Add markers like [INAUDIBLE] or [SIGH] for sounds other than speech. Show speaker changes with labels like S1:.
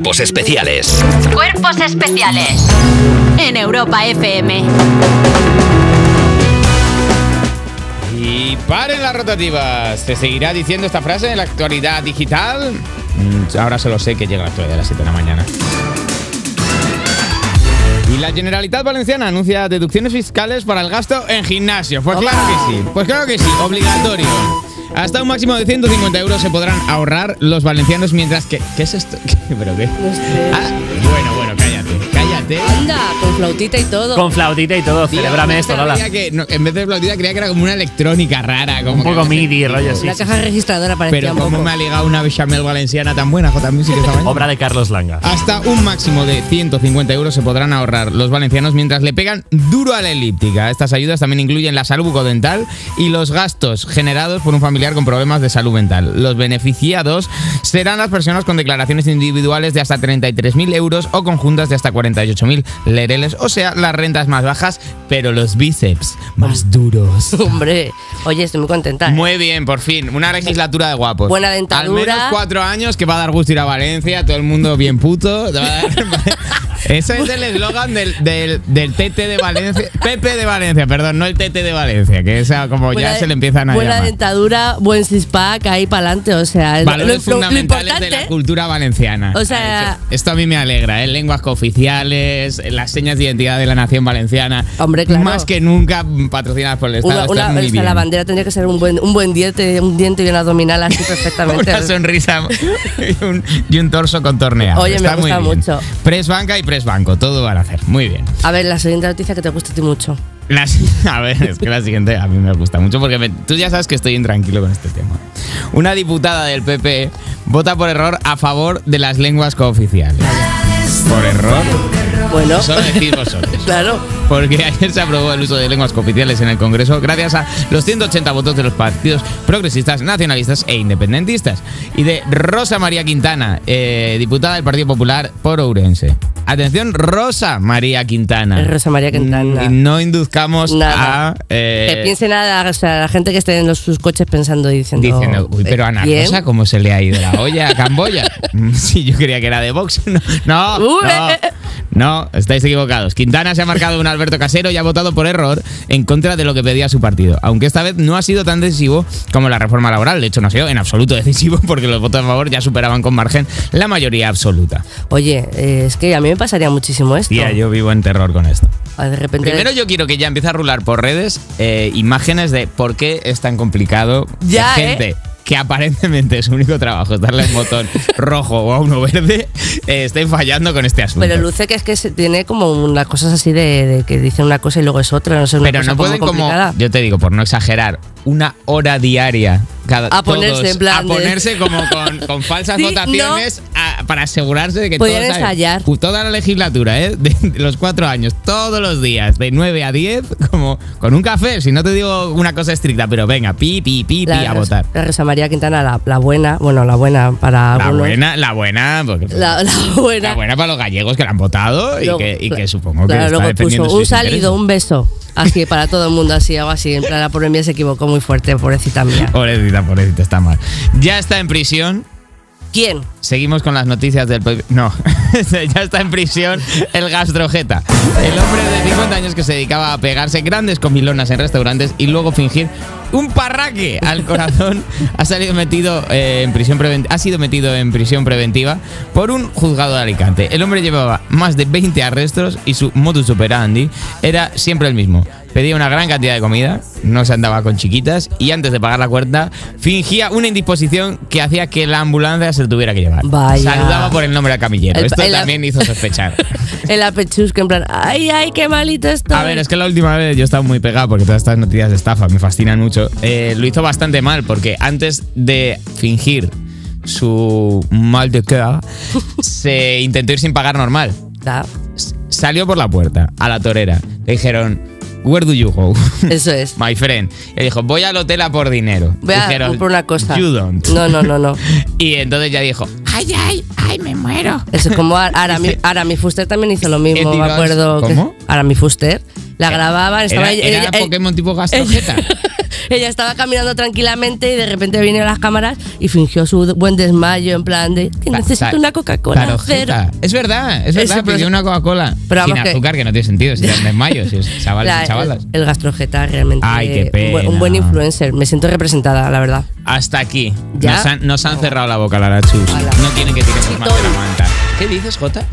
S1: Cuerpos especiales.
S2: Cuerpos especiales en Europa FM.
S3: Y paren las rotativas. ¿Se seguirá diciendo esta frase en la actualidad digital? Mm, Ahora solo sé que llega a las 9 de las 7 de la mañana. Y la Generalitat Valenciana anuncia deducciones fiscales para el gasto en gimnasio. Pues claro que sí, pues claro que sí, obligatorio. Hasta un máximo de 150 euros se podrán ahorrar los valencianos mientras que... ¿Qué es esto? [LAUGHS] ¿Pero qué? Ah, bueno, bueno, cállate, cállate.
S4: Anda, con flautita y todo.
S5: Con flautita y todo,
S3: Tío,
S5: celebrame
S3: yo
S5: esto,
S3: creía
S5: Lola.
S3: que- no, en vez de flautita creía que era como una electrónica rara. Como
S5: Un
S3: que
S5: poco
S3: no sé.
S5: MIDI, rollo así.
S4: la caja registradora parecía
S3: Pero
S4: un poco.
S3: cómo me ha ligado una bechamel valenciana tan buena, J Music, esta mañana.
S5: Obra de Carlos Langa.
S3: Hasta un máximo de 150 euros se podrán ahorrar los valencianos mientras le pegan duro a la elíptica. Estas ayudas también incluyen la salud bucodental y los gastos generados por un familiar con problemas de salud mental. Los beneficiados serán las personas con declaraciones individuales de hasta 33.000 euros o conjuntas de hasta 48.000 lereles, o sea, las rentas más bajas, pero los bíceps más
S4: [LAUGHS]
S3: duros.
S4: Hombre, oye, estoy muy contenta. ¿eh?
S3: Muy bien, por fin. Una legislatura de guapos.
S4: Buena dentadura.
S3: Al menos cuatro años que va a dar gusto ir a Valencia, todo el mundo bien puto. Te va a
S4: [LAUGHS]
S3: dar- Ese es el eslogan del, del, del TT de Valencia. Pepe de Valencia, perdón, no el TT de Valencia, que esa como
S4: Buena
S3: ya
S4: de-
S3: se le empiezan a
S4: Buena
S3: llamar.
S4: dentadura, buen six-pack, ahí para adelante. O sea, lo-
S3: Valores
S4: lo, lo
S3: fundamentales de la
S4: importante-
S3: cultura valenciana.
S4: O sea-
S3: esto a mí me alegra, ¿eh? lenguas cooficiales, las señas de identidad de la nación valenciana.
S4: Hombre, claro.
S3: Más que nunca patrocinadas por el Estado.
S4: Una,
S3: esto
S4: una-
S3: es muy
S4: o sea,
S3: bien.
S4: la bandera tendría que ser un buen, un buen diente, un diente y una
S3: [LAUGHS]
S4: abdominal así perfectamente.
S3: Una sonrisa y un, y un torso contorneado.
S4: Oye, me
S3: Está muy
S4: gusta
S3: bien.
S4: mucho.
S3: Press banca y press banco, todo van a hacer. Muy bien.
S4: A ver, la siguiente noticia que te gusta a ti mucho.
S3: La si- [LAUGHS] a ver, es que la siguiente a mí me gusta mucho porque me- tú ya sabes que estoy intranquilo con este tema. Una diputada del PP vota por error a favor de las lenguas cooficiales. ¿Por error?
S4: Bueno,
S3: Eso decís vosotros.
S4: [LAUGHS] claro.
S3: Porque [LAUGHS] ayer se aprobó el uso de lenguas cooficiales en el Congreso gracias a los 180 votos de los partidos progresistas, nacionalistas e independentistas. Y de Rosa María Quintana, eh, diputada del Partido Popular por Ourense. Atención, Rosa María Quintana. Mm,
S4: Es Rosa María Quintana.
S3: Y no induzcamos
S4: Nada.
S3: a... eh,
S4: que piense nada, o sea, la gente que esté en los, sus coches pensando y diciendo. eh,
S3: Diciendo, uy, pero a Ana
S4: ¿quién?
S3: Rosa, ¿cómo se le ha ido la olla a Camboya? Mm, sí, yo creía que era de Vox. [LAUGHS] No, no,
S4: Uy.
S3: no, no, estáis equivocodos. Quintana se ha marcado un Alberto Casero y ha votado por error en contra de lo que pedía su partido. Aunque esta vez no ha sido tan decisivo como la reforma laboral. De hecho, no ha sido en absoluto [LAUGHS] decisivo porque los votos a favor ya superaban con margen la mayoría absoluta.
S4: Oye, eh, es que a mí me pasaría muchísimo esto.
S3: Tía, yo vivo en terror con esto.
S4: Ah, De repente.
S3: Primero yo quiero que ya empiece a rular por redes eh, imágenes de por qué es tan complicado
S4: Ya,
S3: que gente
S4: ¿eh?
S3: que aparentemente su único trabajo es darle al botón [LAUGHS] rojo o a uno verde eh, esté fallando con este asunto.
S4: Pero luce que es que se tiene como unas cosas así de, de que dicen una cosa y luego es otra, no sé, una
S3: Pero
S4: cosa
S3: no
S4: como
S3: pueden como,
S4: complicada.
S3: yo te digo, por no exagerar, una hora diaria cada
S4: A ponerse en plan
S3: a
S4: de-
S3: ponerse
S4: [LAUGHS]
S3: como con, con falsas
S4: Sí,
S3: votaciones a- para asegurarse de que
S4: Podían
S3: todos saben.
S4: ensayar.
S3: Pues toda la legislatura, ¿eh? de, de los cuatro años, todos los días, de 9 a 10, como con un café, si no te digo una cosa estricta, pero venga, pi, pi, pi, pi, a
S4: Rosa-
S3: votar.
S4: la Rosa María Quintana, la, la buena, bueno, la buena para
S3: La
S4: algunos.
S3: buena, la buena, porque-
S4: La, la buena.
S3: la buena para los gallegos que la han votado y,
S4: Luego-
S3: que, y que
S4: cla-
S3: supongo que
S4: claro,
S3: está
S4: luego
S3: defendiendo
S4: puso un
S3: sus intereses.
S4: salido, un beso. Así para todo el mundo, así, algo así. En plan, la pobre mía se equivocó muy fuerte, pobrecita mía.
S3: Pobrecita, pobrecita, está mal. Ya está en prisión
S4: ¿Quién?
S3: Seguimos con las noticias del... pe- No, [LAUGHS] ya está en prisión el gastrojeta. El hombre de 50 años que se dedicaba a pegarse grandes comilonas en restaurantes y luego fingir un parraque al corazón ha salido metido eh, en prisión preven- ha sido metido en prisión preventiva por un juzgado de Alicante. El hombre llevaba más de 20 arrestos y su modus operandi era siempre el mismo. Pedía una gran cantidad de comida, no se andaba con chiquitas y antes de pagar la cuenta fingía una indisposición que hacía que la ambulancia se lo tuviera que llevar.
S4: Vaya.
S3: Saludaba por el nombre al camillero.
S4: El-
S3: Esto
S4: el-
S3: también hizo
S4: [LAUGHS]
S3: sospechar.
S4: El apechusque, en plan, ay, ay, qué malito estoy.
S3: A ver, es que la última vez yo estaba muy pegado porque todas estas noticias de estafa me fascinan mucho. Eh, lo hizo bastante mal porque antes de fingir su mal de cœur,
S4: [LAUGHS]
S3: se intentó ir sin pagar normal.
S4: Da,
S3: S- Salió por la puerta, a la torera. Le dijeron, Where do you
S4: [LAUGHS]
S3: go?
S4: Eso es.
S3: My friend. Y dijo, voy al hotel a por dinero.
S4: Voy a
S3: Dijeron,
S4: comprar una cosa.
S3: You don't.
S4: No, no, no, no.
S3: [LAUGHS] Y entonces ya dijo, ay, ay, ay, me muero. [LAUGHS]
S4: Eso es como Ar- Arami, Arami Fuster también hizo lo mismo,
S3: Eddie
S4: me
S3: Vance,
S4: acuerdo. que-
S3: ¿cómo?
S4: Arami Fuster La grababan, estaba
S3: Era,
S4: ella-
S3: era
S4: ella- eh, ella-
S3: Pokémon tipo gastrojeta.
S4: ella, [LAUGHS] ella estaba caminando tranquilamente y de repente vinieron las cámaras y fingió su buen desmayo en plan de "Que necesito una Coca-Cola. cero".
S3: Tarojeta. Es verdad, es
S4: Ese
S3: verdad, pidió
S4: proceso-
S3: una Coca-Cola
S4: Pero
S3: sin
S4: vamos que- eh,
S3: azúcar, que no tiene sentido, si están desmayos,
S4: [LAUGHS]
S3: si es chavales
S4: La-
S3: y chavalas.
S4: El, el gastrojeta realmente.
S3: Ay, qué
S4: un buen- Un,
S3: pena.
S4: buen influencer. Me siento representada, la verdad.
S3: Hasta aquí.
S4: ¿Ya?
S3: Nos han, nos han cerrado la boca, Lara Chus.
S4: Hola.
S3: No tienen que etiquetar más de la
S4: Chitón.
S3: manta. ¿Qué dices, Jota?